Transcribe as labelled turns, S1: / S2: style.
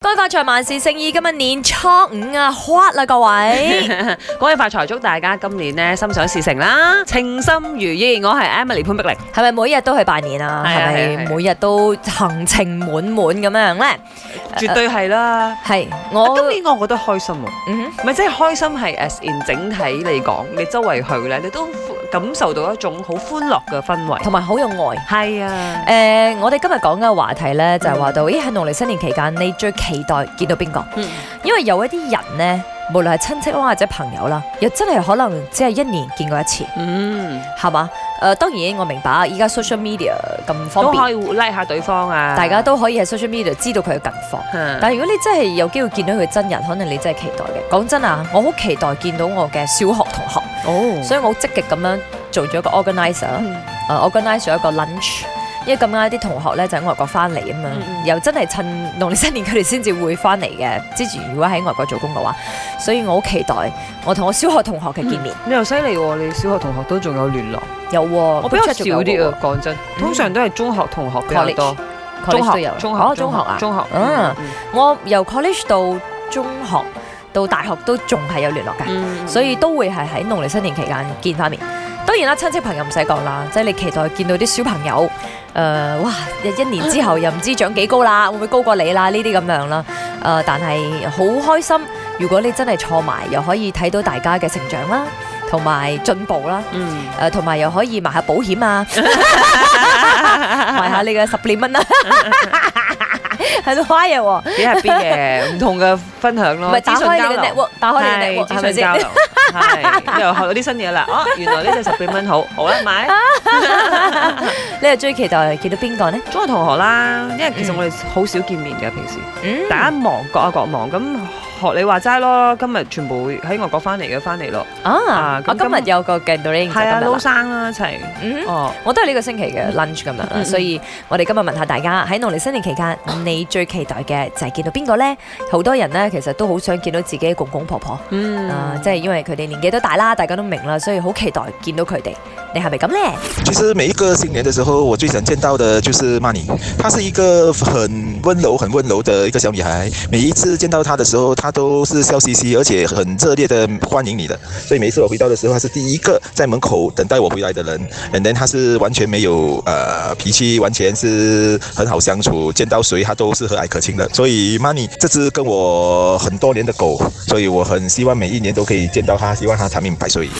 S1: 該發財萬事勝意，今日年初五啊，hot 啦各位。
S2: 恭喜發財，祝大家今年呢心想事成啦，情心如意。我係 Emily 潘碧玲，
S1: 係咪每日都去拜年啊？
S2: 係啊
S1: 係
S2: 係
S1: 咪
S2: 啊係啊
S1: 每日都行程滿滿咁樣咧？
S2: 絕對係啦。
S1: 係
S2: 啊
S1: 我
S2: 今年我覺得開心喎，
S1: 嗯
S2: 唔係即係開心係 as in 整體嚟講，你周圍去咧，你都感受到一種好歡樂嘅氛圍
S1: 哼，。同埋好有愛。
S2: 係啊
S1: 誒、，我哋今日講嘅話題咧，就係話到，咦喺農曆新年期間，你最期待見到邊個？
S2: 嗯
S1: 因為有一啲人呢，無論係親戚啦啊或者朋友啦，又真係可能只係一年見過一次，
S2: 嗯，
S1: 係嘛？誒、當然我明白，依家 social media 咁方
S2: 都可
S1: 便，
S2: 以 like 下對方啊，
S1: 大家都可以喺 social media 知道佢嘅近況。
S2: 嗯。
S1: 但如果你真係有機會見到佢真人，可能你真係期待嘅。講真啊，我好期待見到我嘅小學同學，
S2: 哦
S1: 所以我好積極咁樣做咗個 organizer，
S2: 嗯
S1: 誒 organize 咗一個 lunch。因為咁啱啲同學咧就喺外國翻嚟啊嘛
S2: 嗯，嗯
S1: 又真係趁農曆新年佢哋先至會翻嚟嘅。之前如果喺外國做工嘅話，所以我好期待我同我小學同學嘅見面。
S2: 你又犀利喎！你小學同學都仲有聯絡，
S1: 有喎，我
S2: 嗯哦我比較少啲啊。講真，
S1: 嗯
S2: 通常都係中學同學比較多。
S1: 中
S2: 中
S1: 學都
S2: 學
S1: 有，
S2: 中
S1: 哦
S2: 學
S1: 中學啊，
S2: 中學
S1: 嗯我由 college 到中學到大學都仲係有聯絡嘅。
S2: 嗯
S1: 所以都會係喺農曆新年期間見翻面。當然啦，親戚朋友唔使講啦，即係你期待見到啲小朋友，誒、呃哇！一年之後又唔知長幾高啦，會 唔會高過你啦？呢啲咁樣啦，誒、但係好開心。如果你真係坐埋，又可以睇到大家嘅成長啦，同埋進步啦，
S2: 嗯，
S1: 誒、同埋又可以賣下保險 啊，賣下你嘅十年蚊啊，係咯，哎花嘢喎，
S2: 幾 happy 嘅，唔同嘅分享
S1: 唔
S2: 咯，
S1: 係打
S2: 資訊
S1: 開
S2: 哦交
S1: 你嘅
S2: 流
S1: network，打開你嘅 network
S2: 係
S1: 係
S2: 資訊
S1: 咪先
S2: 交？流， 係又學到啲新嘢啦。哦，原來呢隻十幾蚊好，好啦，
S1: 啊
S2: 買。
S1: 你係最期待見到邊個呢？
S2: 中學同學啦，因為其實
S1: 嗯
S2: 我哋好少見面嘅，平時
S1: 嗯
S2: 大家忙各啊有各忙，咁學你話齋咯。今日全部喺外國翻嚟嘅翻嚟咯，
S1: 啊
S2: 啊！
S1: 我
S2: 咁
S1: 今日有個 g a n d o r i n
S2: 係啊，撈生啦一齊。
S1: 嗯哼，
S2: 哦，
S1: 我都係呢個星期嘅 lunch 咁樣啦，
S2: 嗯
S1: 所以我哋今日問下大家喺農曆新年期間，你最期待嘅就係見到邊個呢？好多人呢，其實都好想見到自己嘅公公婆婆，啊，
S2: 嗯，
S1: 即係因為佢哋年紀都大啦，大家都明啦，所以好期待見到佢哋。你係咪咁呢？
S3: 其实每一个新年的时候，我最想见到的就是曼妮。她是一个很温柔、很温柔的一个小女孩。每一次见到她的时候，她都是笑嘻嘻，而且很热烈的欢迎你的。所以每一次我回到的时候，她是第一个在门口等待我回来的人。And then 她是完全没有呃脾气，完全是很好相处，见到谁她都是和蔼可亲的。所以曼妮这只跟我很多年的狗，所以我很希望每一年都可以见到她，希望她长命百岁。